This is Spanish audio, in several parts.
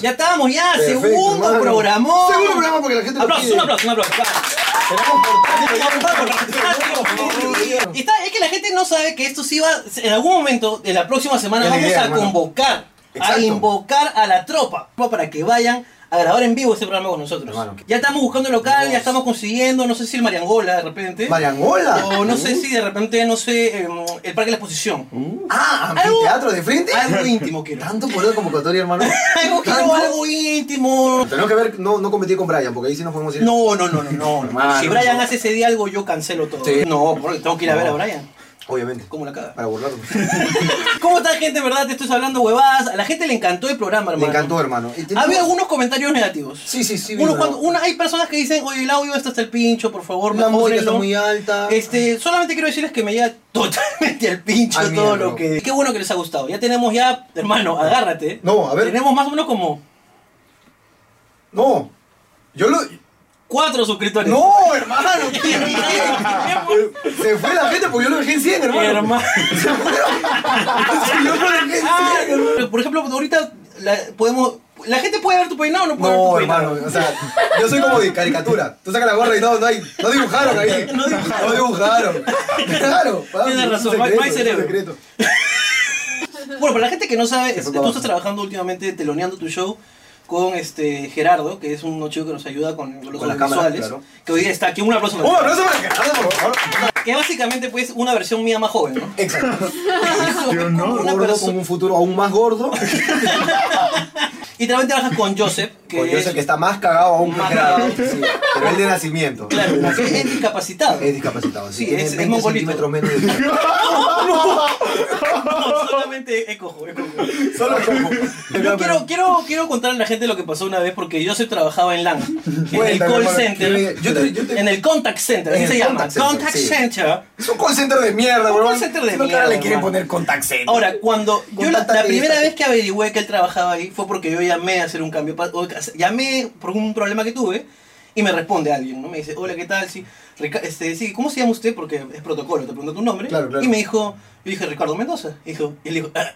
Ya estamos, ya, Perfecto, segundo hermano. programón. Segundo programa porque la gente lo Aplausos, pide. un aplauso, un aplauso. Tenemos Y está, es que la gente no sabe que esto sí va, en algún momento de la próxima semana Es la vamos idea, a hermano. convocar, a Exacto. invocar a la tropa para que vayan a grabar en vivo este programa con nosotros. Hermano. Ya estamos buscando local, ya estamos consiguiendo, no sé si el Mariangola de repente. Mariangola. Uh. O no sé si de repente, no sé, eh, el Parque de la Exposición. Ah, anfiteatro de frente. Algo íntimo quiero. Tanto por la convocatoria, hermano. Algo quiero, Tanto. algo íntimo. Tenemos que ver, no, no competir con Brian, porque ahí sí nos podemos ir. No, no, no, no, no. Hermano, si Brian no. hace ese día algo, yo cancelo todo. Sí. No, porque tengo que ir a ver a No. Brian. Obviamente. ¿Cómo la caga? Para burlarlo. ¿Cómo está gente, verdad? Te estoy hablando huevadas. A la gente le encantó el programa, Me hermano. encantó, hermano. Y tenemos- Había algunos comentarios negativos. Sí, sí, sí. Uno vi, cuando- pero una, hay personas que dicen, oye, el audio este está hasta el pincho, por favor, La música está mejórenlo". muy alta. Este, solamente quiero decirles que me llega totalmente al pincho Al todo mierda. lo que... Qué bueno que les ha gustado. Ya tenemos ya, hermano, agárrate. No, a ver. Tenemos más o menos como No. Yo lo. cuatro suscriptores. No, hermano. Tenemos- Se fue la gente porque yo lo dejé en 100, hermano. Hermano. Se fueron. Sí, yo lo dejé en 100, hermano. Ah. Pero, Por ejemplo, ahorita la, podemos... La gente puede ver tu peinado o no puede ver tu No, peinado. hermano, o sea, yo soy como de caricatura. Tú sacas la gorra y no, no hay, no dibujaron ahí. No dibujaron. Claro, papi, Tienes es un razón, no hay- no hay secreto, es un cerebro. secreto. Bueno, para la gente que no sabe, es- fue tú para estás trabajando últimamente teloneando tu show con este Gerardo, que es un chico que nos ayuda con los Con la cámara, audiovisuales, claro. ¡Oh! que hoy día está aquí, un aplauso. para Un él. aplauso para Gerardo, por favor. Que es básicamente pues una versión mía más joven, ¿no? Exacto. Como Un una gordo perso- con un futuro aún más gordo. Y también trabajas con Joseph, que Porque yo es sé que está más cagado aún Más que Gerardo. cagado. Sí, pero él de nacimiento. claro, que es discapacitado. Es discapacitado. Sí, tiene es- es 20 mongolito. centímetros menos de No, solamente es cojo, es cojo. Solo como. Yo quiero, quiero, quiero contarle a la gente lo que pasó una vez porque Joseph trabajaba en LAN, en el Cuéntame, call hermano, center, que- yo te- yo te- en el contact center, así En se el llama, contact center, contact sí. center. Es un call center de mierda, Un bro. call center de Solo que ahora mierda, le quieren hermano. poner contact center. Ahora, cuando yo la, Contáctate la de primera esta. vez que averigüé que él trabajaba ahí fue porque yo llamé a hacer un cambio, pa- o- llamé por un problema que tuve y me responde alguien, ¿no? Me dice, hola, ¿qué tal? Sí, Rica- este, sí, ¿cómo se llama usted? Porque es protocolo, te pregunto tu nombre. Claro, claro. Y me dijo, yo dije, Ricardo Mendoza. Y, dijo, y él dijo, "Ah".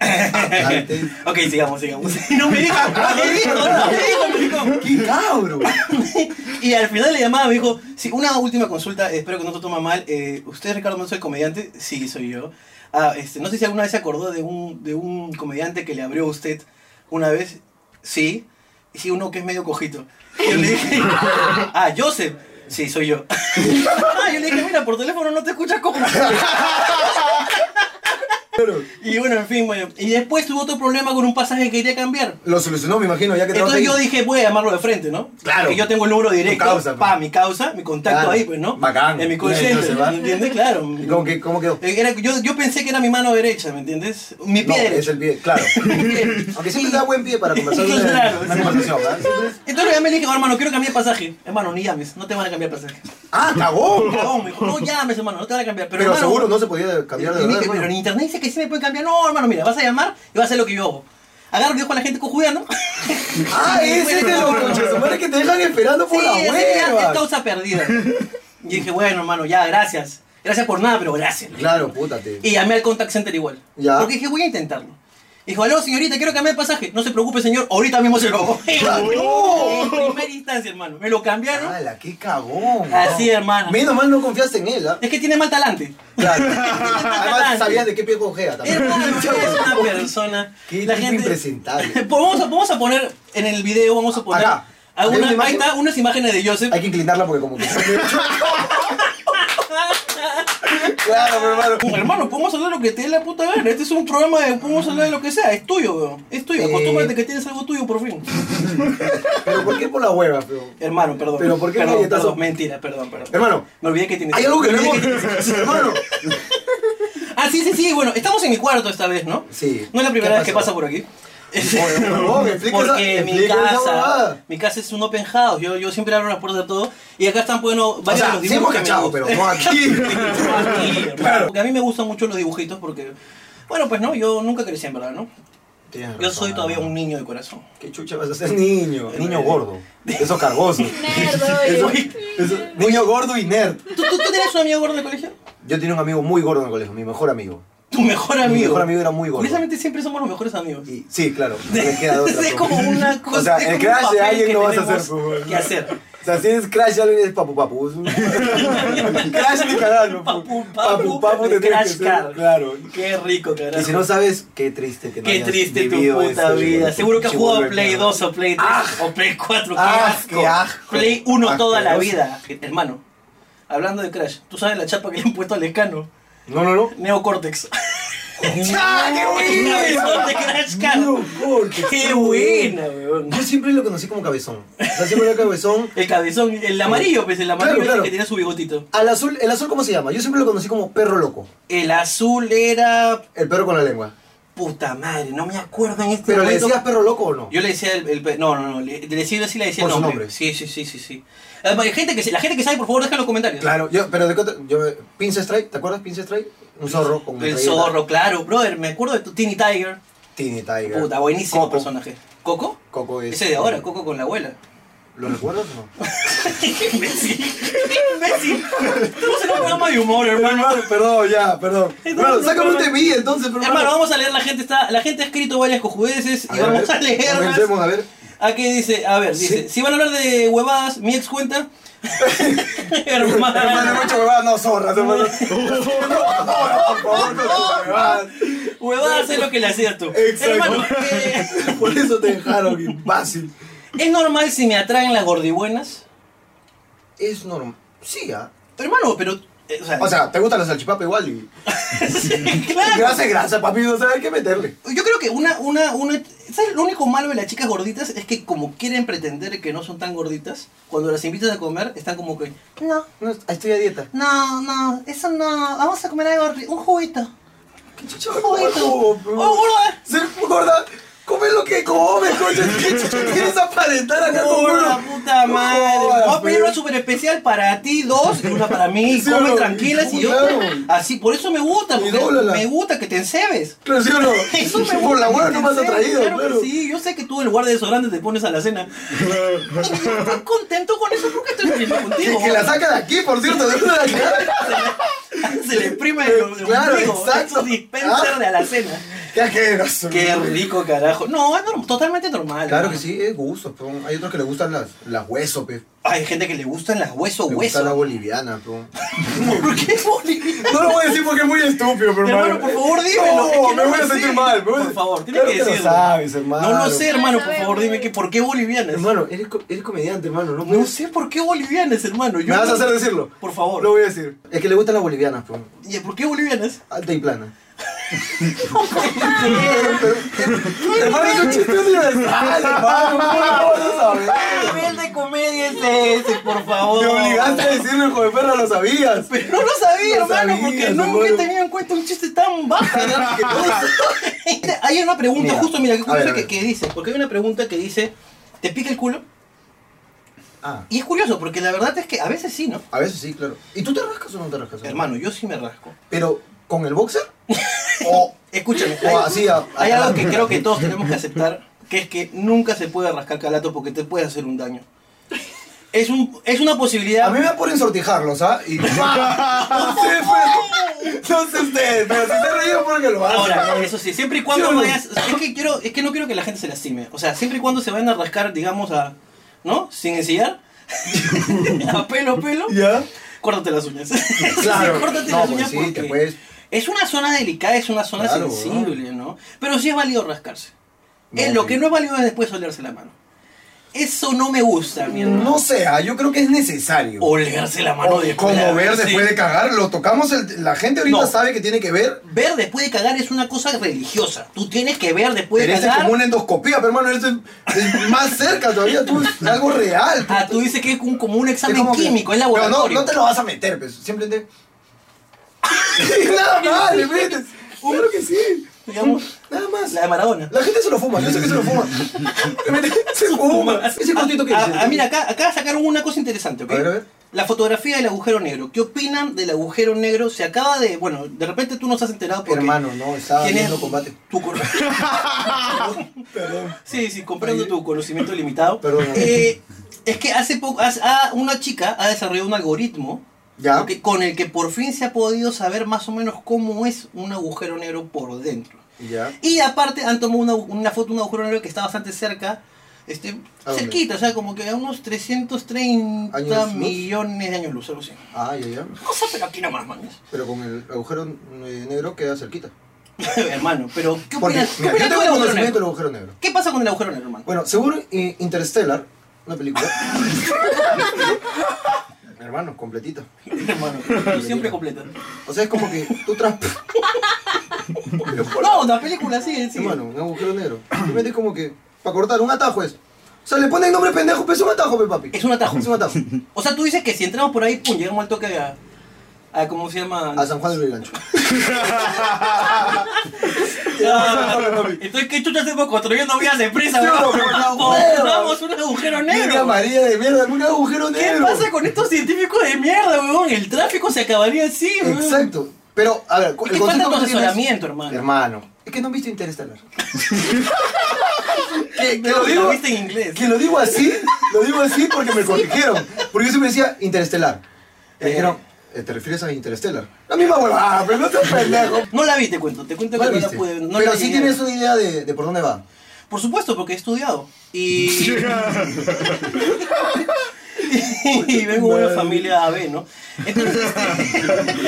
adelante. ok, sigamos, sigamos. Y no me dijo, no me dijo, no me dijo, me dijo. ¡Qué cabro! Y al final le llamaba, me dijo, sí, una última consulta, espero que no se toma mal. eh, ¿Usted es Ricardo Mendoza, el comediante? Sí, soy yo. Ah, este, no sé si alguna vez se acordó de un, de un comediante que le abrió a usted una vez. Sí. Y sí, uno que es medio cojito. Y yo le dije, ah, Joseph. Sí, soy yo. Ah, yo le dije, mira, por teléfono no te escuchas cojo. Pero Y bueno, en fin, bueno. Y después tuvo otro problema con un pasaje que quería cambiar. lo solucionó, me imagino, ya que te vas a Entonces ir. yo dije, voy a llamarlo de frente, ¿no? Claro. Que yo tengo el número directo. Tu causa, pa, pues. mi causa, mi contacto Claro. ahí, pues, ¿no? Bacán. En mi call Ya, center, entonces va. ¿me entiendes? Claro. ¿Y cómo, que- cómo quedó? Eh, era- yo, yo pensé que era mi mano derecha, ¿me entiendes? Mi No, pie es derecho. el pie, claro. Aunque siempre te da buen pie para conversar una, Claro, una sí. conversación, ¿verdad? Siempre es- Entonces ya me dije, "Oh, hermano, quiero cambiar pasaje. Hermano, ni llames, no te van a cambiar pasaje. ¡Ah, cagón! Cagón, me dijo, no llames, hermano, no te van a cambiar. Pero, Pero hermano, seguro no se podía cambiar de Y me verdad, dije, pero en hermano. internet dice que sí me pueden cambiar. No, hermano, mira, vas a llamar y vas a hacer lo que yo hago. Agarro y dejo a la gente cojudeando. ¡Ah, ese es de los conchesumales que te dejan esperando por Sí, la ese día es hueva! causa perdida. Y dije, bueno, hermano, ya, gracias. Gracias por nada, pero gracias. Claro, pútate. Y llamé al contact center igual. Ya. Porque dije, voy a intentarlo. Dijo, aló, señorita, quiero cambiar de pasaje. No se preocupe, señor, ahorita mismo se lo hago. En primera instancia, hermano. Me lo cambiaron. ¡Hala, qué cagón! Así, hermano. Menos mal no confiaste en él, ¿ah? Es que tiene mal talante. Claro. Además, sabías de qué pie cojea también. Hermano, es una persona. Qué la tipo gente... impresentable. Pues vamos, a, vamos a poner en el video, vamos a poner. Acá. alguna- ¿Hay una ahí imagen? está, unas imágenes de Joseph. Hay que inclinarla porque como que... Claro, pero, hermano. Como, Hermano, podemos hablar lo que te dé la puta gana. Este es un programa de podemos hablar de lo que sea. Es tuyo, weón. Es tuyo. Eh. Acostúmbrate que tienes algo tuyo por fin. Pero ¿por qué por la hueva, pero? Hermano, perdón. Pero, ¿por qué perdón, galletazo? perdón, mentira, perdón, perdón. Hermano, Me olvidé que tienes. hay algo que no me olvidé hemos... Hermano. Ah, sí, sí, sí. Bueno, estamos en mi cuarto esta vez, ¿no? Sí. No es la ¿Qué primera vez que pasó? pasa por aquí. Oye, por favor, explica esa- Porque mi explica esa casa, huevada. mi casa es un open house. Yo, yo siempre abro las puertas de todo. Y acá están, bueno, O varios de sea, los sí dibujos hemos que me cachado, gustan. pero no aquí. Aquí, hermano. Claro. Porque a mí me gustan mucho los dibujitos porque, bueno, pues no, yo nunca crecí en verdad, ¿no? Tienes Yo razón, soy todavía hermano. un niño de corazón. ¿Qué chucha vas a ser? Niño, niño gordo. Eso cargoso. Nerd, eh. oye. Eso, eso- niño gordo y nerd. ¿Tú, tú, tú tienes un amigo gordo en el colegio? Yo tenía un amigo muy gordo en el colegio, mi mejor amigo. tu mejor Mi amigo. mejor amigo era muy gordo. Curiosamente siempre somos los mejores amigos. Y- sí, claro. no me queda de otra, es pero- como una cosa. O sea, es el como un crash de papel alguien que no vas a tenemos hacer, pues. que hacer. O sea, si eres Crash, alguien es Papu Papu. Es un- crash ni cagando. Papu Papu, Papu Papu de te tiene que Crash ser, Car. Claro. Qué rico, carajo. Y si no sabes, qué triste que no Qué hayas triste tu vivido puta esto, vida. güey. Seguro que has jugado a Chihuahua, Play claro. 2 o Play 3 o Play 4. ¡Qué Ah, asco! qué asco. ¡Ah, Play 1 toda la Asqueroso. vida. Hermano, hablando de Crash, ¿tú sabes la chapa que le han puesto al escano? No, no, no. Neocortex. Un ¡Ah, qué cabezón de buena! Crash Car. No, corte, ¡Qué qué buena, weón! Yo siempre lo conocí como cabezón. O sea, siempre era cabezón. El cabezón, el amarillo, pues el amarillo Claro, ese claro. que tenía su bigotito. Al azul, ¿el azul cómo se llama? Yo siempre lo conocí como perro loco. El azul era. El perro con la lengua. Puta madre, no me acuerdo en este ¿Pero le momento. decías perro loco o no? Yo le decía el, el pe- no, no, no, le, le decía yo sí le decía Por el su nombre. nombre. Sí, sí, sí, sí, sí. Además, hay gente que se- la gente que sabe, por favor, deja en los comentarios. Claro, yo, pero de qué otra- yo me- Pince Strike, ¿te acuerdas Pince Strike? Un zorro con El metralleta. zorro, claro, brother, me acuerdo de tu Teeny Tiger. Tiny Tiger. Puta, buenísimo Coco. personaje. ¿Coco? Coco es. Ese de ahora, Coco con la abuela. ¿Lo recuerdas o no? ¡Qué imbécil! ¡Qué imbécil! Estamos en un programa de humor, hermano. perdón, ya, perdón. Hermano, Hermano, sácame un hermano. temí entonces, pero. Hermano, vamos a leer, la gente está, la gente ha escrito varias cojudeces y vamos a leerlas. Comencemos, a ver. Aquí dice, a ver, dice, Sí. si van a hablar de huevadas, mi ex cuenta. Hermano, hermano. mucho huevadas, no zorras, hermano. No, zorras, por favor, no te huevadas. Huevadas es lo que le hacías tú. Exacto. Hermano, eh, Por eso te dejaron imbácil. ¿es normal si me atraen las gordibuenas? Es normal. Sí, ¿ah? Hermano, pero. eh, o sea, O sea, te gusta la salchipapa igual y. claro. Grasa es grasa, papi, no sabes qué meterle. Yo creo que una, una, una. ¿Sabes? Lo único malo de las chicas gorditas es que, como quieren pretender que no son tan gorditas, cuando las invitas a comer, están como que. No, No, estoy a dieta. no, no, eso no. Vamos a comer algo rico. Un juguito. ¿Qué chucha Un juguito. ¡Oh, gorda! Ser gorda, come lo que comes, coche. ¿Qué chucha quieres aparentar acá con ¡Hola, gorda? puta madre! No Vamos jodas, a pedir una pe. super especial para ti, dos, y una para mí. Sí, Come bro. tranquilas y yo. Claro. Así, por eso me gusta, Y porque dóblala. me gusta que te encebes. Claro, sí o no. Eso me Por la gusta, hueá que te no me has encebes. atraído, claro. claro. que sí, yo sé que tú en lugar de desodorante te pones a la cena. Estoy contento con eso porque estoy feliz Que, contigo. que la saca de aquí, por cierto. de una de acá. Se le exprime el, el Claro, ombligo, es exacto. un dispenser Ah. de alacena. Qué asqueroso. Qué rico, carajo. No, es norm- totalmente normal. Claro ¿no? que sí, es gusto. pero Hay otros que le gustan las, las huesos, pe. Hay gente que le gustan las hueso Me gusta la hueso. boliviana, pero... ¿Por qué Bolivia? No lo voy a decir porque es muy estúpido, pero Hermano, por favor, dímelo. No, es que me lo voy a sé. sentir mal. me voy a- Por favor, tienes Claro que lo decirlo. sabes, hermano. No lo sé, hermano, por Sabe, favor, dime que por qué bolivianas. Hermano, eres, co- eres comediante, hermano. No, No puedes- sé por qué bolivianas, hermano. Yo ¿Me vas a hacer decirlo? Por favor. Lo voy a decir. Es que le gustan las bolivianas, pero... ¿Y por qué bolivianas? Alta y plana. hermano, es un chiste universal, hermano. ¿Cómo lo vas a saber? ¿Qué nivel de comedia es ese, por favor? Te obligaste a decirlo, hijo de perra, lo sabías. Pero no lo sabía, No hermano, sabías, porque nunca he hermano. tenido en cuenta un chiste tan bajo. hay una pregunta, Mira, justo, mira, qué a ver, curioso a que, ver. que dice. Porque hay una pregunta que dice, ¿te pica el culo? Ah, Y es curioso, porque la verdad es que a veces sí, ¿no? a veces sí, claro. ¿Y tú te rascas o no te rascas? Hermano, yo sí me rasco. ¿Pero con el boxer? ¿O Escúchame, O hay, así a- a- hay algo que creo que todos tenemos que aceptar, que es que nunca se puede rascar calato porque te puede hacer un daño. Es, un, es una posibilidad... A mí me ponen sortijarlos, ¿ah? Y... no sé, pero... No sé ustedes, pero si se reído porque lo hacen. Ahora, eso sí, siempre y cuando Sí, bueno. vayas. Es que, quiero, es que no quiero que la gente se lastime. O sea, siempre y cuando se vayan a rascar, digamos, a. ¿No? Sin ensillar. a pelo a pelo. ¿Ya? Córtate las uñas. Claro. córtate No, las pues uñas sí, porque. te puedes... Es una zona delicada, es una zona Claro, sensible, ¿no? Pero sí es válido rascarse. No, Eh, lo sí. que no es válido es después olerse la mano. Eso no me gusta, mi hermano. No sé, ah, yo creo que es necesario. Olerse la mano O después. como ver sí. después de cagar, lo tocamos, el- la gente ahorita No. sabe que tiene que ver, Ver después de cagar es una cosa religiosa. Tú tienes que ver después pero de este es cagar. como una endoscopía, pero hermano, esto es, es más cerca todavía, tú, es algo real. tú- Ah, tú dices que es un- como un es examen como que- químico, es Pero no, laboratorio. no te lo vas a meter, pues, simplemente... Nada más, le metes. Claro que sí. Digamos, Nada más. la de Maradona. La gente se lo fuma, yo sé que se lo fuma. se fuma. Ese cortito que Ah, dice. ah, mira, acá, acá sacaron una cosa interesante, ¿ok? A ver, a ver. La fotografía del agujero negro. ¿Qué opinan del agujero negro? Se acaba de. Bueno, de repente tú nos has enterado porque. Hermano, no, estaba tienes viendo combate. Tu cor- Perdón. sí, sí, comprendo tu conocimiento limitado. Perdón. Eh, es que hace poco. hace- ah, una chica ha desarrollado un algoritmo Ya. que- con el que por fin se ha podido saber más o menos cómo es un agujero negro por dentro. Ya. Y aparte han tomado una, una foto de un agujero negro que está bastante cerca, este, ¿A dónde? cerquita, o sea, como que a unos 330 ¿Años luz? millones de años luz, algo así. Ah, ya, ya. No sé, pero aquí nomás, manes. Pero con el agujero eh, negro queda cerquita. Hermano, pero ¿qué Porque, opinas, mira, ¿qué yo opinas tú tengo del agujero conocimiento negro? del agujero negro. ¿Qué pasa con el agujero negro, hermano? Bueno, según eh, Interstellar, una película. Hermano, completita. hermano, siempre completa. O sea, es como que tú tras. Pero, No, la película sigue, sigue. Hermano, un agujero negro. Simplemente es como que. Para cortar, un atajo es. O sea, le ponen nombre pendejo, pero es un atajo, pe, papi. Es un atajo. Es un atajo. O sea, tú dices que si entramos por ahí, pum, llegamos al toque a. a ¿Cómo se llama? A San Juan del Urigancho. Ya. Ah, Entonces, ¿qué chucha estamos construyendo vías de prisa, Sí, weón? por favor. Pongamos un agujero Mira, negro. María de mierda, un agujero ¿Qué negro. pasa con estos científicos de mierda, weón? El tráfico se acabaría así, weón. Exacto. Pero, a ver, Y te falta tu que tienes- asesoramiento, hermano. Hermano. Es que no han visto Interestelar. que, que Pero lo lo digo, viste en inglés. que lo digo así, lo digo así porque me corrigieron. Porque yo siempre decía Interestelar. Me dijeron, eh, ¿te refieres a Interestelar? La misma huevada, ah, pero no seas pendejo. No la vi, te cuento. Te cuento No que la no la viste. pude. No pero la sí llegué a tienes ver. una idea de, de por dónde va. Por supuesto, porque he estudiado. Y. y vengo de una familia AB, ¿no? Entonces,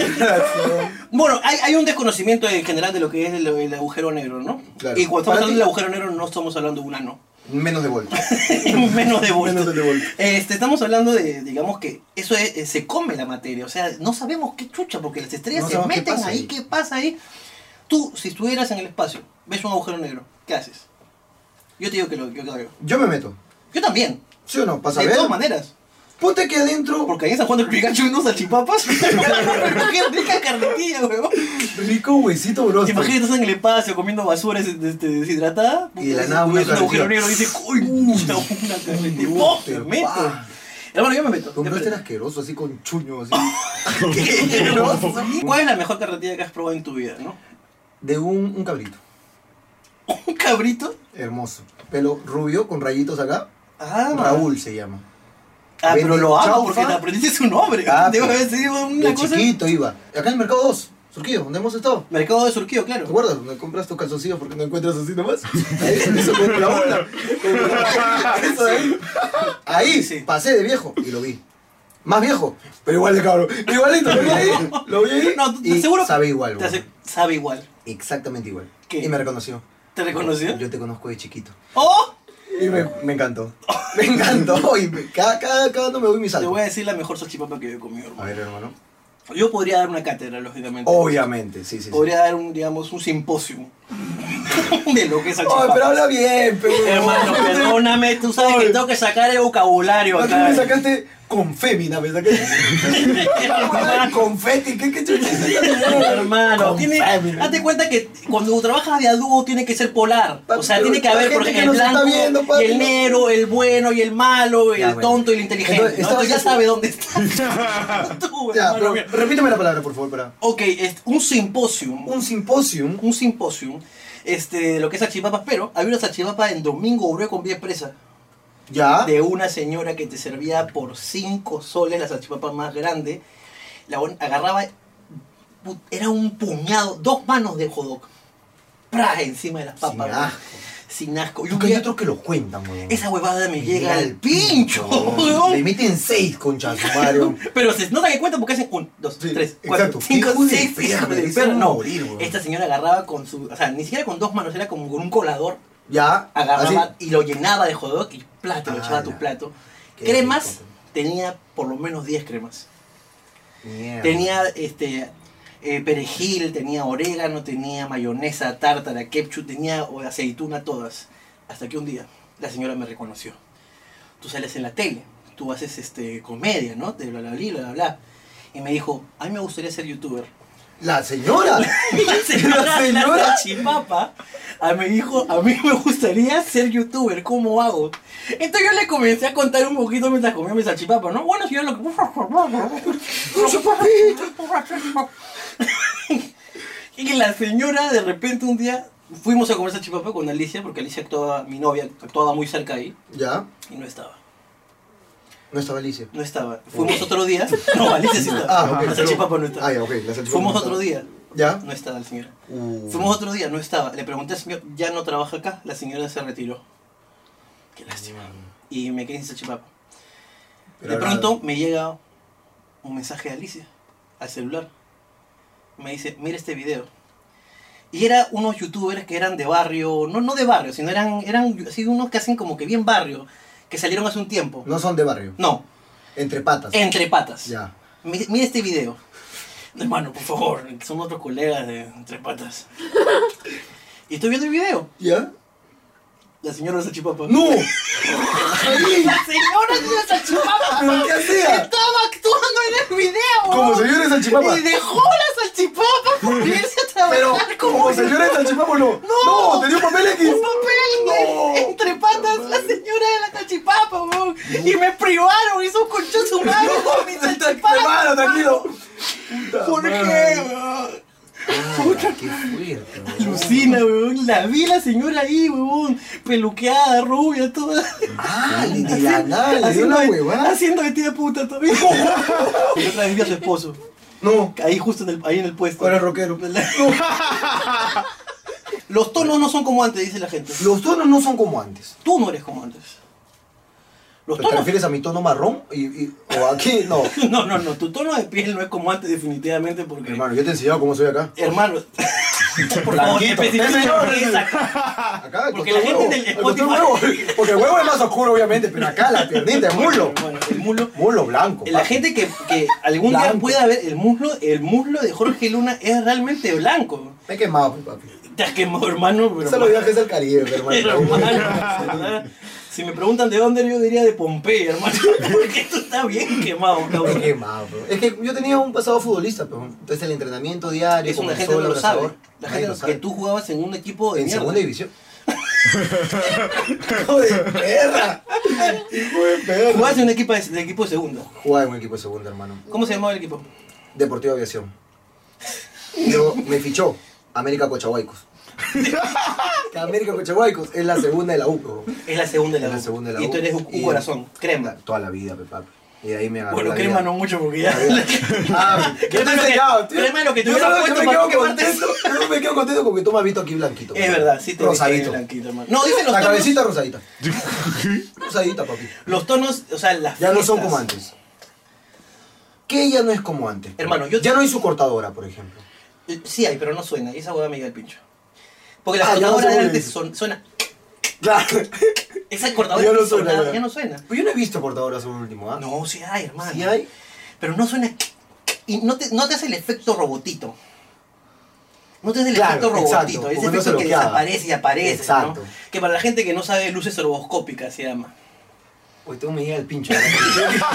bueno, hay, hay un desconocimiento en general de lo que es el, el agujero negro, ¿no? Claro. Y cuando Para estamos hablando ti- del agujero negro no estamos hablando de un ano, Menos de vuelta. menos de voltio. Menos de voltio. Este, estamos hablando de, digamos que eso es- eh, se come la materia, o sea, no sabemos qué chucha, porque las estrellas No se sabemos qué meten pasa ahí, ahí. qué pasa ahí. Tú, si estuvieras en el espacio, ves un agujero negro, ¿qué haces? Yo te digo que lo, yo, lo hago. Yo me meto. yo también, ¿Sí o no? ¿Pasa a de ver? todas maneras. Ponte que adentro. Porque ahí en San Juan del Pikachu unos salchipapas. Pero qué rica carretilla, weón. Rico huesito, bro. ¿Te imaginas que estás en el espacio comiendo basura des- des- des- deshidratada? Pues, Y de la Puta, nada una ves un agujero carretilla. negro y dices, ¡Uy, puta, una carretilla! ¡Oh, te meto! Hermano, yo me meto. Compraste Yo el me- asqueroso, así con chuño, así. ¿Cuál es la mejor carretilla que has probado en tu vida, no? De un, un cabrito. ¿Un cabrito? Hermoso. Pelo rubio con rayitos acá. Ah, Raúl se llama. Ah, pero Vende lo amo chaufa. porque te aprendiste su nombre. Ah, Debo pero- haber sido De una cosa... chiquito iba. Acá en el mercado 2, Surquillo, donde hemos estado. Mercado de Surquillo, ¿Te claro. acuerdas? Donde compras tus calzoncillos porque no encuentras así nomás. Ahí, eso con la una. Con la- Eso de ahí. Ahí, Sí. pasé de viejo y lo vi. Más viejo, pero igual de cabrón. Igualito, lo vi ahí. Lo vi ahí. No, tú- y seguro... Sabe igual, Te güey. hace- Sabe igual. Exactamente igual. ¿Qué? Y me reconoció. ¿Te reconoció? Yo te conozco de chiquito. ¡Oh! Y me, me encantó. Me encantó. Y me- cada, cada, cada no me voy mi Te salto. voy a decir la mejor salchipapa que yo he comido, A hermano. ver, hermano. Yo podría dar una cátedra, lógicamente. Obviamente, sí, sí. sí. Podría dar un, digamos, un simposio de lo que es Ay, pero salchipapa. habla bien, pero. Hermano, perdóname, tú sabes que Ay. tengo que sacar el vocabulario No, tú acá. me sacaste con fémina, me sacaste. Hermano, Confeti, ¿qué, qué chucha es esa mierda? Hermano, Con tiene, fémina. date cuenta que cuando trabajas de a dúo tiene que ser polar. O sea, Pero tiene que la haber, gente por que ejemplo, nos el está blanco viendo, y papi, el no- negro, el bueno y el malo, el Ya, bueno. tonto y el inteligente. Entonces, Entonces, estabas ya en- sabe dónde está. Tú, Ya, hermano, pero mira. repíteme la palabra, por favor, para. Ok, es un simposio. Un simposium. un simposio este, de lo que es salchipapas, pero había una salchipapa en Domingo Obrero con vía expresa Ya. de una señora que te servía por 5 soles la salchipapa más grande. La bon- agarraba, pu- era un puñado, dos manos de jodoc. ¡Pra! Encima de las papas. Sin weón. asco. Sin asco. Y un Porque hay día, otros que lo cuentan, weón. esa huevada me llega al pincho, weón. Le meten seis conchas, Mario. Pero se nota que cuenta porque hacen 1, 2, Sí, 3, 4, exacto. 5, Hijo de 6, perra, ese no va a No, morir, weón. esta señora agarraba con su. O sea, ni siquiera con dos manos, era como con un colador. Ya. agarraba así. y lo llenaba de hot dog y plato, lo Ah, echaba a tu ya. plato. Qué cremas, rico. tenía por lo menos 10 cremas. Mierda. Tenía este eh, perejil, tenía orégano, tenía mayonesa, tártara, ketchup, tenía o- aceituna, todas. Hasta que un día la señora me reconoció. Tú sales en la tele, tú haces este, comedia, ¿no? Te bla, bla, bla, bla, bla. Y me dijo, a mí me gustaría ser youtuber. La señora. Y la señora, ¿La la señora? salchipapa, a mi hijo, a mí me gustaría ser youtuber, ¿cómo hago? Entonces yo le comencé a contar un poquito mientras comía mi salchipapa, ¿no? Bueno, si yo lo Y la señora de repente un día fuimos a comer salchipapa con Alicia, porque Alicia actuaba, mi novia actuaba muy cerca ahí, ya. y no estaba. No estaba Alicia. No estaba. Fuimos otro día. No, Alicia sí estaba. Ah, ok. La salchipapa no estaba. Ah, ya, ok. la salchipapa Fuimos no otro día. estaba. ¿Ya? No estaba la señora. Uh. Fuimos otro día, no estaba. Le pregunté al señor, ya no trabaja acá. La señora se retiró. Qué lástima. Y me quedé sin salchipapa. Pero de ahora- pronto me llega un mensaje de Alicia al celular. Me dice, mira este video. Y era unos youtubers que eran de barrio, no, no de barrio, sino eran, eran así unos que hacen como que bien barrio, que salieron hace un tiempo. No son de barrio. No, Entre patas. entre patas. Ya. Mi- Mira este video. Hermano, por favor, son otros colegas de entre patas. Y estoy viendo el video. ¿Ya? La señora de Salchipapa. ¡No! ¡La señora de Salchipapa! ¿Pero qué hacía? Estaba actuando en el video. Como señora de salchipapa. Y dejó la salchipapa por irse a Pero, trabajar como como señora de salchipapa, no. No. tenía un papel X. un papel No. de- entre patas la señora de la salchipapa, weón. Y me privaron, hizo un conchón su madre con mi salchipapa. Hermano, tranquilo. ¿Por qué, weón? Puta, qué fuerte, weón. Lucina, weón. La vi la señora ahí, weón. Peluqueada, rubia, toda. Ah, ni de la nada, le dio una huevada. haciendo vestida de puta todavía. y otra vez vi a su esposo. No. Ahí justo en el, ahí en el puesto. Ahora es rockero. Los tonos no son como antes, dice la gente. Los tonos no son como antes. Tú no eres como antes. Los ¿Te tonos. refieres a mi tono marrón? Y, y- ¿O aquí? No. No, no, no. Tu tono de piel no es como antes, definitivamente, porque. Hermano, yo te he enseñado cómo soy acá. Hermano. por favor, Blanquito. especifica Ese yo, qué es ese. acá. Acá, al Porque costado la gente huevo, del al costado Spotify- huevo. Porque el huevo es más oscuro, obviamente, pero acá la piernita es mulo. Bueno, el mulo. Mulo blanco. La papi. gente que, que algún día Blanco. pueda ver el muslo, el muslo de Jorge Luna es realmente blanco. Me he quemado, pues, papi. Te has quemado, hermano. Pero, Solo viajes al Caribe, pero, hermano. hermano, ¿verdad? si me preguntan de dónde, yo diría de Pompeya, hermano. Porque esto está bien quemado, Me causa. he quemado, bro. Es que yo tenía un pasado futbolista, pero entonces el entrenamiento diario. Eso con la el gente no sol lo sabe. abrasador, La nadie gente lo no- sabe. que tú jugabas en un equipo de en mierda. segunda división. ¡Hijo de perra! ¡Hijo de perra! Jugabas en un equipo de, de equipo de segunda. Jugaba en un equipo de segunda, hermano. ¿Cómo se llamaba el equipo? Deportivo Aviación. Luego me fichó América Cochahuaycos. Que América Cochahuaycos es la segunda de la U, bro. Es la segunda de Es la, la U. segunda de la Y U. tú eres un, un Y- corazón, crema. Toda la vida, pe, papi. Y de ahí me agarró Bueno, la crema vida. no mucho porque ya. Ah, yo te he Crema lo que- enseñado, tío. crema lo que te Yo hubieras solo- puesto yo me para quedo no quemarte. contento. Yo me quedo contento con que tú me has visto aquí blanquito. Es verdad, sí te Rosadito. dije blanquito, hermano. No, dicen los La tonos. cabecita rosadita. rosadita, papi. Los tonos, o sea, las Ya no son fiestas. como antes. ¿Qué ya no es como antes? Hermano, yo- Ya no hay su cortadora, por ejemplo. Eh, Sí hay, pero no suena. Y esa hueá me llega el pincho. Porque la Ah, ya no cortadora de suena. antes son- suena. Claro. Esa cortadora Ya no antes suena, sonaba, ya. ya no suena. Pero yo no he visto cortadoras en el último, ¿ah? No, sí hay, hermano. ¿Sí hay? Pero no suena. Y no te, no te hace el efecto robotito. No te hace el Claro, efecto exacto, robotito. Ese porque no se efecto que bloqueaba. desaparece y aparece. ¿no? Exacto. Que para la gente que no sabe, luces roboscópicas se llama. Uy, tú me llega el pincho.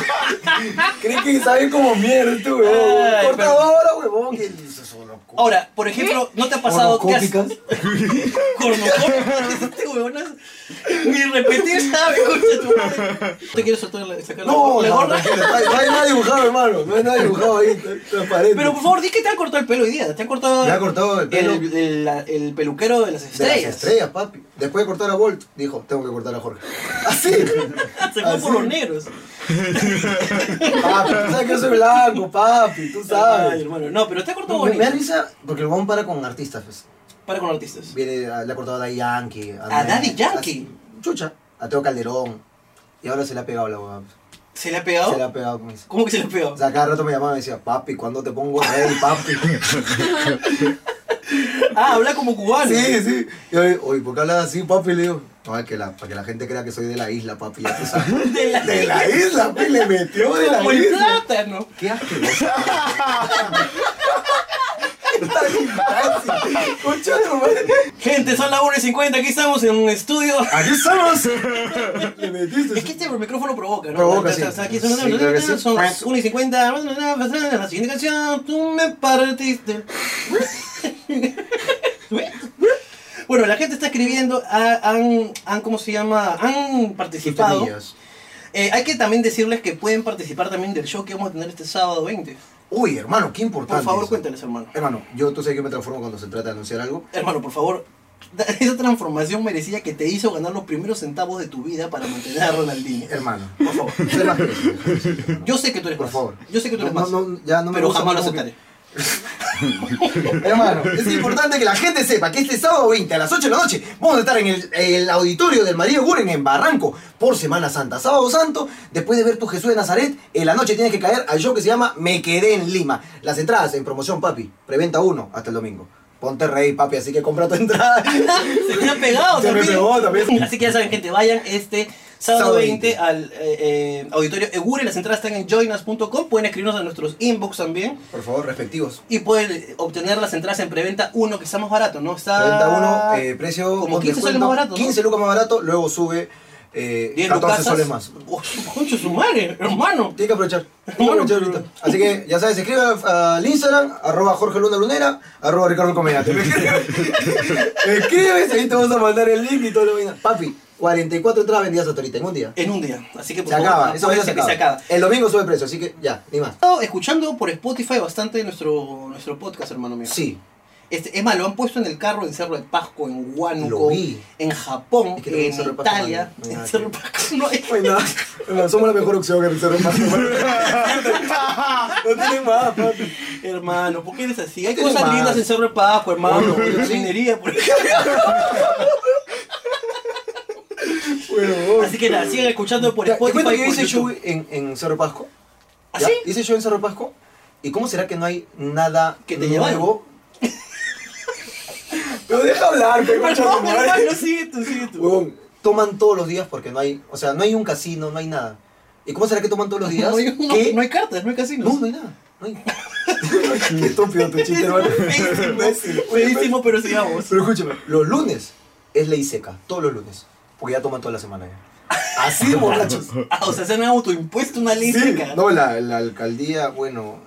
¿Crees que sabe como mierda tú, huevón? Ay, Cortadora, huevón. Que dices, solo co- Ahora, por ejemplo, ¿no te ha pasado que has. cornucópicas? Cornucópicas, este huevón, Ni repetir sabe, concha tu madre. ¿Te quieres soltar la, sacar la- No, la no, gorra? tranquilo, no hay, no hay nada dibujado, hermano. No hay nada dibujado ahí, tra- transparente. Pero por favor, di que te han cortado el pelo hoy día. Te han cortado. Me ha cortado el pelo. El, el- la- el peluquero de las de estrellas. las estrellas, papi. Después de cortar a Bolt, dijo, tengo que cortar a Jorge. Así. Ah, Se fue por Así. los negros. Papi, tú sabes que yo soy blanco, papi, tú Ay, sabes. hermano. No, pero te ha cortado Me, me da bonito. risa porque el huevón para con artistas, pues. Para con artistas. Viene, a- le ha cortado a Daddy Yankee. ¿A Daddy Yankee? a- chucha, a Teo Calderón. Y ahora se le ha pegado la huevón. ¿Se le ha pegado? Se le ha pegado con eso. ¿Cómo que se le ha pegado? O sea, cada rato me llamaba y me decía, papi, ¿cuándo te pongo rey, papi? Ah, habla como cubano. Sí, sí. Y yo, oye, ¿por qué hablas así, papi? Le digo, no, es que la, para que la gente crea que soy de la isla, papi. Ya tú sabes. De la- De la isla, papi, le metió de Como la el isla. plátano. Qué asqueroso. Está bien, casi. Concha de tu madre. Gente, son las 1 y 50. Aquí estamos en un estudio. Aquí estamos. Le metiste. Es que este micrófono provoca, ¿no? Provoca, Está- está sí. Aquí son, Sí, creo que sí. son 1 y 50. La siguiente canción, tú me partiste. Bueno, la gente está escribiendo, ha- han, han, ¿cómo se llama? Han participado. Sus Eh, hay que también decirles que pueden participar también del show que vamos a tener este sábado 20. Uy, hermano, qué importante. Por favor, eso. cuéntales, hermano. Hermano, yo tú sabes que me transformo cuando se trata de anunciar algo. Hermano, por favor, esa transformación merecida que te hizo ganar los primeros centavos de tu vida para mantener a Ronaldinho. Hermano. Por favor. sé más que- Yo sé que tú eres Por más. favor. Yo sé que tú No, eres no, más. no, ya no me pero gusta jamás lo como que- aceptaré. Hermano, es importante que la gente sepa que este sábado 20 a las 8 de la noche vamos a estar en el, el auditorio del María Guren en Barranco por Semana Santa. Sábado Santo, después de ver tu Jesús de Nazaret, en la noche tienes que caer al show que se llama Me Quedé en Lima. Las entradas en promoción, papi. Preventa 1 hasta el domingo. Ponte rey, papi, así que compra tu entrada. Se me ha pegado Se me también. pegó también. Así que ya saben, gente, vayan este sábado Sábado 20, 20. al eh, eh, auditorio Egure. Las entradas están en joinas.com. Pueden escribirnos a nuestros inbox también. Por favor, respectivos. Y pueden eh, obtener las entradas en preventa 1, que está más barato, ¿no? Está. Preventa 1, eh, precio Ah, Como con 15 soles descuento, más barato, ¿no? 15 lucas más barato, luego sube eh, 10 14 lucasas. soles más. Oh, Concho, su madre, hermano. Tiene que aprovechar. Tiene que aprovechar ahorita. Así que, ya sabes, escribe al Instagram, arroba Jorge Luna Lunera, arroba Ricardo Comediante. Me escribes, me escribes, ahí te vamos a mandar el link y todo lo vaina. Papi, 44 entradas vendidas hasta ahorita en un día. En un día. Así que por Se favor, acaba, eso apúrense se que acaba. se acaba. El domingo sube precio, así que ya, ni más. He estado escuchando por Spotify bastante nuestro, nuestro podcast, hermano mío. Sí, Este, es más, lo han puesto en el carro en Cerro de Pasco, en Lo Huánuco, vi. en Japón, Es que también en Cerro de Pasco Italia. no hay- no hay en nada Cerro de que- Pasco no hay. Bueno, bueno, somos la mejor opción que el Cerro Pasco. No tienen más, papi. Hermano, ¿por qué eres así? Hay Tiene cosas más. lindas en Cerro de Pasco, hermano. Obvio, Hay sí. minería, por Bueno, Así que nada, sigan escuchando por Ya, te Spotify. cuento que yo por hice show YouTube. en, en Cerro Pasco. ¿Ah, Ya, sí? Hice show en Cerro Pasco. ¿Y cómo será que no hay nada Que te nuevo? Pero deja hablar, que Hermano, concha tu madre. hermano, sigue tú, sigue tú. Huevón, toman todos los días porque no hay, o sea, no hay un casino, no hay nada. ¿Y cómo será que toman todos los días? No, hay- no- ¿Qué? no hay cartas, no hay casinos. No, no hay nada. No hay. Qué estúpido tu chiste, hermano. Buenísimo, Imbécil. buenísimo, pero sigamos. Pero escúchame, los lunes es ley seca, todos los lunes. Porque ya toman toda la semana ya. Así de borrachos. Ah, o sea, se han autoimpuesto una ley Sí, seca. no, la, la alcaldía, bueno.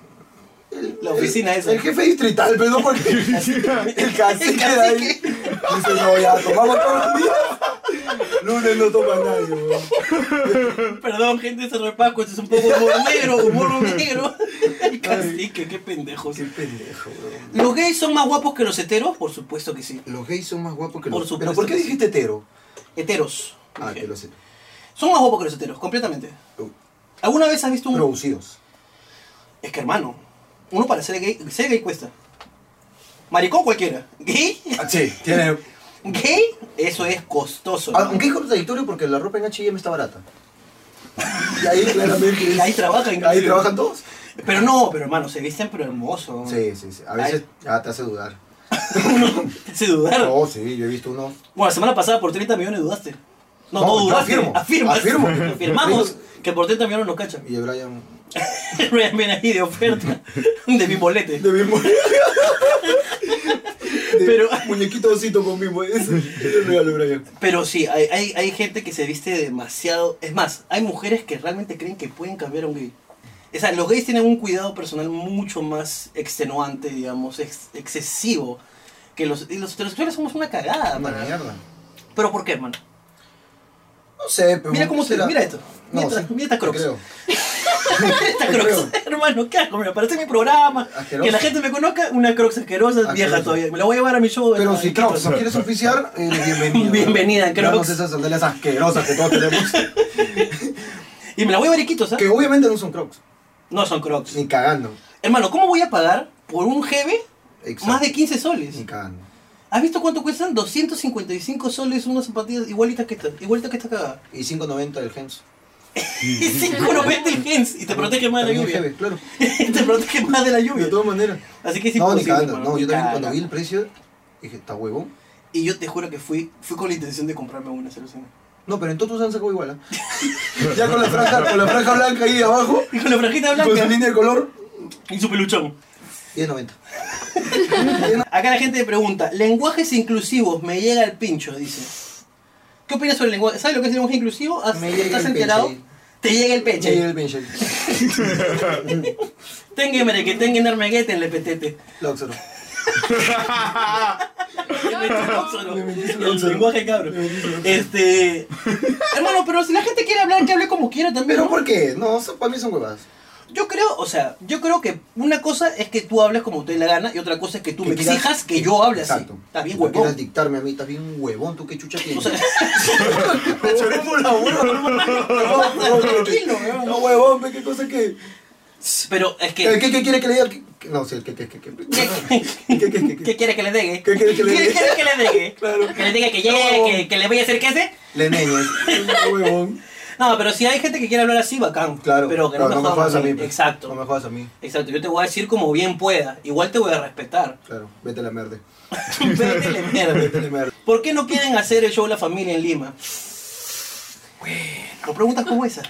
el- La oficina el, esa. El jefe distrital, pero no porque. El cacique, El cacique. de ahí. Dice, no, ya, tomamos todos los días. Lunes no toma nadie, weón. Perdón, gente de Cerro de Pasco, esto es un poco humor negro, humor negro. El cacique, qué pendejos. Qué pendejo, weón. ¿Los gays son más guapos que los heteros? Por supuesto que sí. Los gays son más guapos que Por los. supuesto Pero ¿por qué que sí. dijiste hetero? Heteros. Ah, dije. que los Son más guapos que los heteros, completamente. ¿Alguna vez has visto un.? producidos. Es que hermano, uno para ser gay, ser gay cuesta. Maricón cualquiera. ¿Gay? Ah, sí, tiene. Ah, ¿Gay? Eso es costoso. hermano. Aunque es contradictorio porque la ropa en HM está barata. Y ahí claramente. es- Ahí trabajan. Ahí trabajan todos. Pero no, pero hermano, se visten pero hermoso. Sí, sí, sí. A veces ya te hace dudar. Te hace dudar. No, sí, yo he visto unos. Bueno, la semana pasada por 30 millones dudaste. No, No, no yo dudaste. afirmo, Afirmas. afirmo. Afirmamos Afirmo. que por 30 millones nos cachan. Y el Brian. Ryan viene ahí de oferta, de mi bolete. De bimbo. Pero- Muñequito osito con bimbo. Ese es el regalo, Brian. Pero sí, hay, hay, hay gente que se viste demasiado. Es más, hay mujeres que realmente creen que pueden cambiar a un gay. O sea, los gays tienen un cuidado personal mucho más extenuante, digamos, ex- excesivo. Que los, y los heterosexuales somos una cagada. Una Ah, para- mierda. ¿Pero por qué, hermano? No sé, pero. Mira cómo se... Mira esto. Mira, No, esta- sí, mira estas crocs. creo. Mira estas Te crocs. hermano, ¿qué asco? Mira, parece mi programa. Asqueroso. Que la gente me conozca, una crocs asquerosa, vieja Asqueroso. todavía. Me la voy a llevar a mi show. eh, de Pero la- si de Crocs Quito. no quieres oficiar, eres bienvenida. Bienvenida, Crocs. Danos esas sandalias asquerosas que todos tenemos. Y me la voy a llevar a Iquitos, ¿ah? que obviamente no son Crocs. No son crocs. Ni cagando. Hermano, ¿cómo voy a pagar por un GB Exacto. más de 15 soles? Ni cagando. ¿Has visto cuánto cuestan? 255 soles unas zapatillas igualitas que esta, igualitas que esta cagada. Y 5.90 del Gens. Y 5.90 el Gens y te protege más de la También lluvia. heavy, Claro. te protege más de la De lluvia. todas maneras. Así que sí, no, ni posible, cagando. hermano, No, yo ni también cuando caga. vi el precio, dije, está huevón. Y yo te juro que fui, fui con la intención de comprarme una solución. No, pero en todos han sacado igual, ¿ah? ya con la, franja, con la franja blanca ahí abajo, Y con la franjita con su blanca línea de color, y su peluchón. 10.90. Acá la gente pregunta, lenguajes inclusivos, me llega el pincho, dice. ¿Qué opinas sobre el lenguaje? ¿Sabes lo que es el lenguaje inclusivo? ¿Has- Me llega ¿Estás el pinche enterado? ahí. Te llega el Che, peche. el pinche. Tenga mere que tenga enormeguete en el petete. Lóxaro. Me metiste un El óxoro. lenguaje cabrón. Me metiste un óxoro. Este. Hermano, pero si la gente quiere hablar, que hable como quiera también. Pero ¿no? ¿por qué? No, son- para mí son huevas. Yo creo, o sea, yo creo que una cosa es que tú hables como te dé la gana y otra cosa es que tú Que me quieras- exijas que yo hable así. Exacto. Está bien, Tú quieras huevón. dictarme a mí, estás bien huevón, tú qué chucha O tienes. sea, Me choré por la hueva, hermano. tranquilo, huevón. No, huevón, ve qué cosa que. eh, Pero es ¿Qué, que. qué, qué quiere que le diga? ¿Qué- qué- No, sí, ¿qué, qué, qué, qué? ¿Qué, ¿Qué, qué, qué, qué qué? quiere que le degue? ¿Qué quiere que le ¿Qué degue? quiere que le degue? Claro. Que le diga que llegue, No. que, que le voy a hacer que ese. Le neñes. Huevón. No, pero si hay gente que quiere hablar así, bacán. Claro, Pero que claro, no, me jodas a mí. pe. Exacto. pues. No me jodas a mí. Exacto, yo te voy a decir como bien pueda. Igual te voy a respetar. Claro, vete a la merde. Vete la Vete a mierda. la merde. ¿Por qué no quieren hacer el show La Familia en Lima? Por preguntas como esa.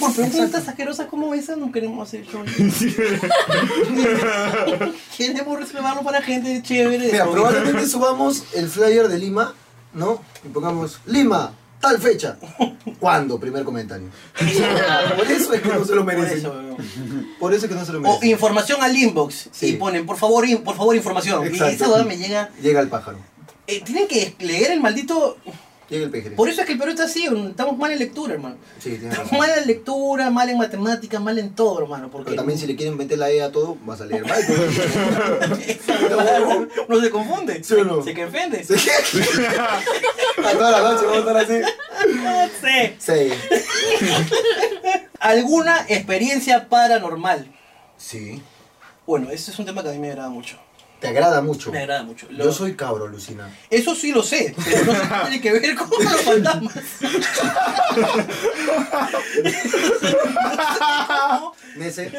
Por preguntas asquerosas como esa no queremos hacer el show. queremos reservarlo para gente chévere. de Mira, COVID. probablemente subamos el flyer de Lima, ¿no? Y pongamos Lima, tal fecha. ¿Cuándo? Primer comentario. Por eso es que no se lo Por merecen. eso, weón. Por eso es que no se lo o merecen. información al inbox Sí. y ponen por favor in- por favor información y Exacto. esa weá me llega Llega el pájaro. Eh, tienen que leer el maldito Llega el pejerrey. por eso es que el Perú está así estamos mal en lectura hermano Sí, tiene estamos razón. mal en lectura mal en matemáticas mal en todo hermano porque Pero también si le quieren meter la E a todo, vas a leer mal. Claro. no se confunde ¿Sí o no? se que ofende Sí. A toda la noche vamos a estar así. No sé. Sí. alguna experiencia paranormal Sí. bueno ese es un tema que a mí me agrada mucho Te agrada mucho. me agrada mucho Lo- Yo soy cabro, Lucina. eso sí lo sé pero no sé qué tiene que ver con los fantasmas Nese.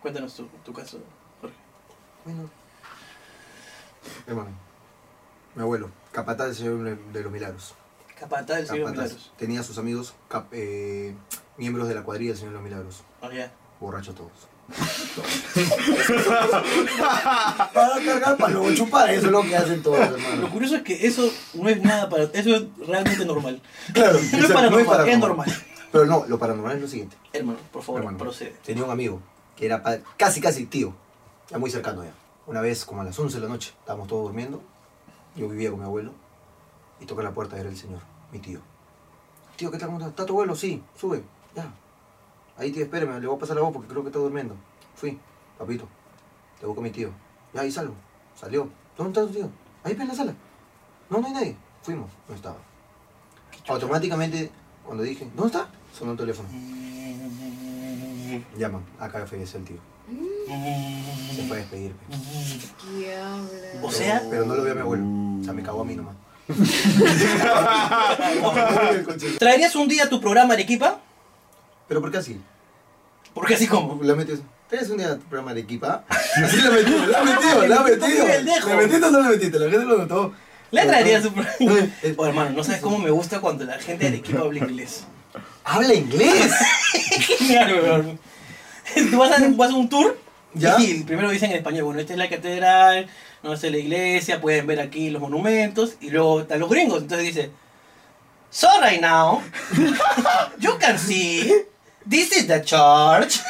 Cuéntanos tu, tu caso, Jorge. Bueno. Hermano. Mi abuelo, capataz del Señor de los Milagros. Capataz del Señor de los Capataz. Milagros. Tenía sus amigos, cap- eh, miembros de la cuadrilla del Señor de los Milagros. Oh, ya. Borrachos todos. para cargar, para luego chupar. Eso es lo que hacen todos, Lo hermano. curioso es que eso no es nada para. Eso es realmente normal. Claro, No es paranormal, es normal. Pero no, lo paranormal es lo siguiente. Hermano, por favor, Hermano, procede. Tenía un amigo que era pa- casi, casi tío, ya muy cercano ya. Una vez, como a las 11 de la noche, estábamos todos durmiendo. Yo vivía con mi abuelo y toca la puerta, era el señor, mi tío. Tío, ¿qué tal? ¿Cómo estás? ¿Está tu abuelo? Sí, sube, ya. Ahí, tío, espérame, le voy a pasar la voz porque creo que está durmiendo. Fui, papito, te busco a mi tío. Ya, ahí salgo. Salió. ¿Dónde está tu tío? Ahí, ve en la sala. No, no hay nadie. Fuimos, no estaba. Automáticamente, cuando dije, ¿dónde está? Sonó el teléfono. Llaman, acá falleció el tío. Se fue a despedir. pe. ¿Qué habla? O sea, Pero no lo vio a mi abuelo. O sea, me cagó a mí nomás. ¿traerías un día tu programa Arequipa? ¿Pero por qué así? Porque así como. La metes. ¿Traes un día tu programa de equipa? Así la metí, la metí, la metí. Qué pendejo. ¿La metiste o no la metiste? La gente lo notó. ¿Le traerías un programa? Eh, Oh, hermano, no sabes cómo me gusta cuando la gente de Arequipa habla inglés. ¡Habla inglés! Claro, weón. Tú vas a, vas a un tour ¿Ya? y primero dicen en español, bueno, esta es la catedral, no sé, la iglesia, pueden ver aquí los monumentos y luego están los gringos. Entonces dice, so right now, you can see, this is the church.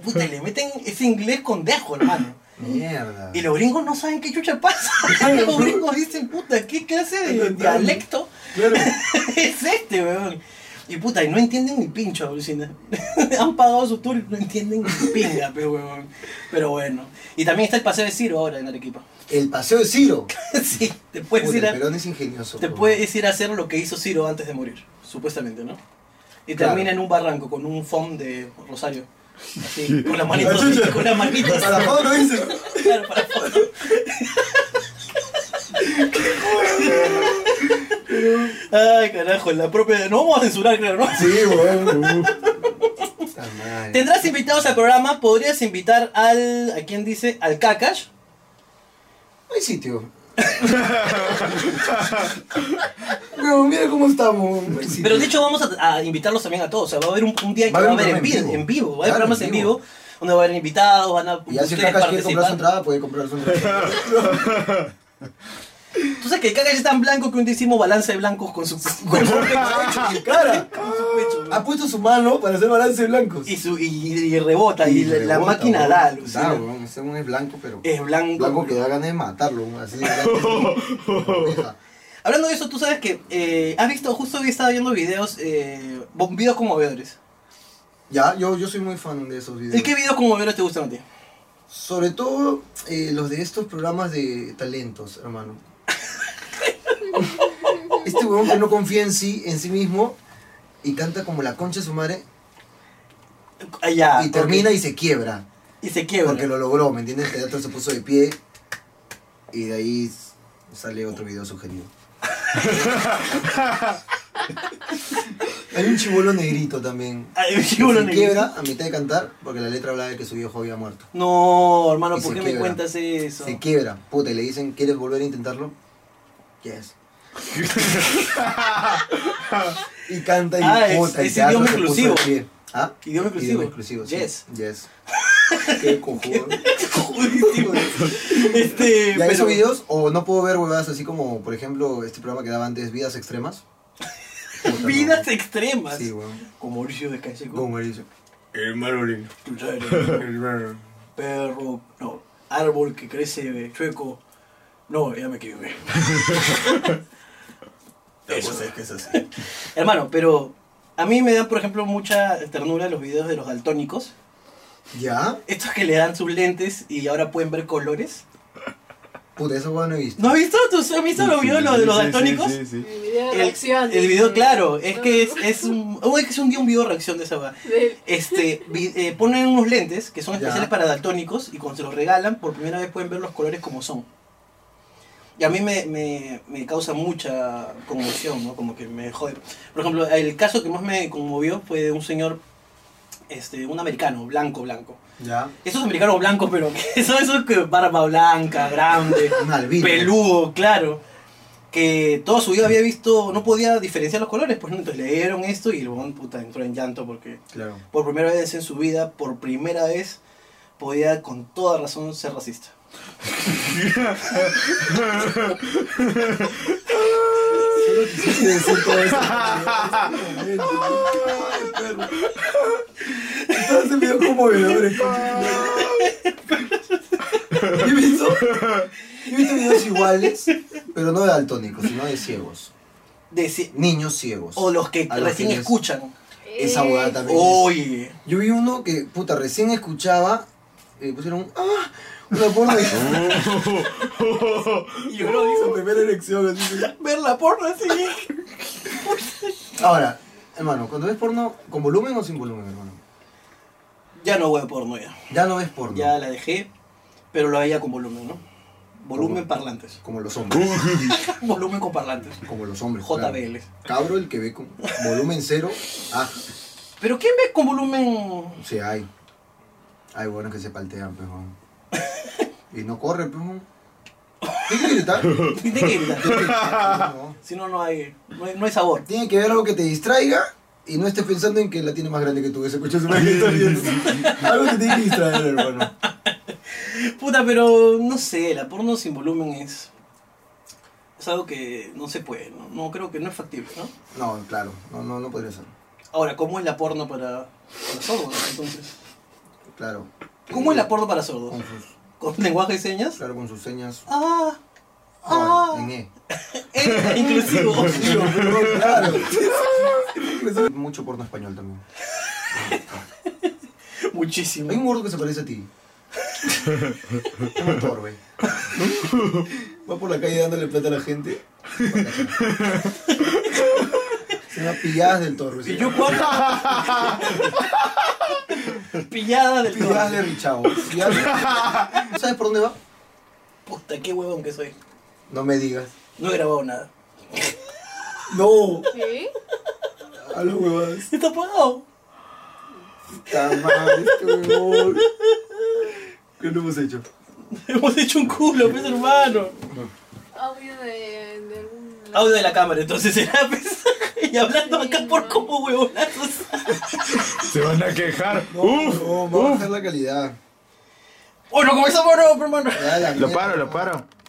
Puta, y le meten ese inglés con dejo, hermano. Mierda. Y los gringos no saben qué chucha pasa. Los gringos dicen, puta, ¿qué clase de dialecto Claro. es este, weón? Y puta, y no entienden ni pincho, alucina. Han pagado su tour y no entienden ni pinga, pe, weón. Pero bueno. Y también está el paseo de Ciro ahora en Arequipa. El paseo de Ciro. sí, te Puta, puedes, ir a, El Perón es ingenioso. te bro. puedes ir a hacer lo que hizo Ciro antes de morir, supuestamente, ¿no? Y Claro. termina en un barranco con un foam de Rosario. Así, con las manitos, así, con las manitos. Para favor lo dice. Claro, para foto. Ay, carajo, la propia. No vamos a censurar, claro, ¿no? Sí, weón. Está mal. Tendrás invitados al programa, podrías invitar al. ¿A quién dice? Al Kakash. No hay sitio. Weón, mira cómo estamos. No hay sitio. Pero de hecho, vamos a, a invitarlos también a todos. O sea, va a haber un, un día que va a haber en vivo. En vivo. Va a haber Claro, programas en en vivo. vivo donde va a haber invitados, van a. Y ya si el ustedes Cacas quiere comprar su participan. entrada, puede comprar su entrada. Tú sabes que el Kakash es tan blanco que un día hicimos balance de blancos con su. con su pecho. ¡Qué cara! Ha puesto su mano para hacer balance de blancos. Y, su, y, y rebota, y, la, la rebota, máquina weón. da, Da, alucina. weón, Ese weón es blanco, pero. Es blanco. Blanco que da ganas de matarlo. weón, Así de blanco. Oveja. Hablando de eso, tú sabes que eh, has visto, justo hoy estaba viendo videos, eh, bom- videos conmovedores. Ya, yo, yo soy muy fan de esos videos. ¿Y qué videos conmovedores te gustan a ti? Sobre todo eh, los de estos programas de talentos, hermano. este huevón que no confía en sí, en sí mismo, y canta como la concha de su madre, Ah, ya, y porque- termina y se quiebra. y se quiebra. Porque lo logró, ¿me entiendes? El teatro se puso de pie, y de ahí s- sale otro video sugerido. Hay un chibolo negrito también. Ay, me que llevo la se negra. quiebra a mitad de cantar porque la letra hablaba de que su viejo había muerto. No, hermano, Y ¿por se qué me quiebra. cuentas eso? Se quiebra, puta, y le dicen, ¿quieres volver a intentarlo? Yes. y canta y Ah, es- puta, el es idioma teatro se puso de inclusivo. pie. ¿Ah? Idioma inclusivo. Idioma inclusivo, sí. Yes. Yes. Qué cojudo. Jodidísimo. este, Ya pero esos videos, o no puedo ver huevadas así como, por ejemplo, este programa que daba antes, Vidas Extremas. Puta, no. vidas extremas. Sí, weón. Con Mauricio de Calle. Con Mauricio. Hermano lindo. Hermano. Perro, no, árbol que crece eh, chueco. No, ya me equivoqué. Eso. que es así. Hermano, pero a mí me dan, por ejemplo, mucha ternura los videos de los daltónicos. ¿Ya? Estos que le dan sus lentes y ahora pueden ver colores. Puta, eso weón no he visto. ¿No has visto? ¿Tú has visto los videos de los- de los Sí, sí, daltónicos? Sí, sí, sí. El video de El, reacción. el video, dice. claro, es que es, es un. oh, es que es un día un video de reacción de esa va. Del- Este, vi- eh, ponen unos lentes que son Ya. especiales para daltónicos y cuando se los regalan, por primera vez pueden ver los colores como son. Y a mí me, me- me causa mucha conmoción, ¿no? Como que me jode. Por ejemplo, el caso que más me conmovió fue de un señor, este, un americano, blanco, blanco. ¿Ya? Esos americanos blancos, pero que son esos que barba blanca, grande Un albino. peludo, claro. Que toda su vida había visto, no podía diferenciar los colores, pues ¿no? entonces le dieron esto y el huevón, puta entró en llanto porque Claro. por primera vez en su vida, por primera vez, podía con toda razón ser racista. Solo quisiste decir todo eso. Estás en video conmovedores. Yo he visto, yo he visto videos iguales, pero no de daltónicos, sino de ciegos. Deci- Niños ciegos. o los que A los recién que les- escuchan. Esa hueá también. es- Oye, Yo vi uno que, puta, recién escuchaba y le pusieron ¡Ah! Una porno de. yo no digo Su primera erección, así. ver la porno así. Ahora, hermano, cuando ves porno, ¿con volumen o sin volumen, hermano? Ya no voy a porno ya. Ya no ves porno. Ya la dejé, pero lo veía con volumen, ¿no? Volumen ¿Cómo? parlantes. Como los hombres. Volumen con parlantes. Como los hombres. claro. JBL. Cabro el que ve con volumen cero. Ah, Pero ¿quién ve con volumen sí, hay. Hay buenos que se paltean, pejón. Y no corre, pejón. Tiene que gritar. Tiene Tiene que que gritar. gritar, no. Si no, no hay, no hay, no hay sabor. Tiene que ver algo que te distraiga y no estés pensando en que la tiene más grande que tú. que Se escucha su historia. Algo que tiene que distraer, hermano. Puta, pero no sé, la porno sin volumen es. Es algo que no se puede, no, No, creo que no es factible, ¿no? No, claro. No, no, no podría ser. Ahora, ¿cómo es la porno para, para sordos entonces? Claro. ¿Cómo es la porno para sordos? Con sus- ¿Con lenguaje de señas? Claro, con sus señas. Ah, Ah. en E. es inclusivo. Claro. Mucho porno español también. Muchísimo. Hay un gordo que se parece a ti. Es muy torpe. Va por la calle dándole plata a la gente. Se llama pilladas del torbe. Y yo cuando. Pillada del Pilladas todo. de Richavo. Pilladas de- ¿Sabes por dónde va? Puta, qué huevón que soy. No me digas. No he grabado nada. No. ¿Sí? A los huevas. Está apagado. Está mal este huevón. ¿Qué lo hemos hecho? Hemos hecho un culo, pues hermano. Audio de, de algún. Audio de la cámara, entonces era pues, y hablando acá por como huevonazos. Se van a quejar. Uf. No, va a bajar la calidad. Bueno, comenzamos nuevo, hermano. Ya, la Lo mierda. paro, lo paro.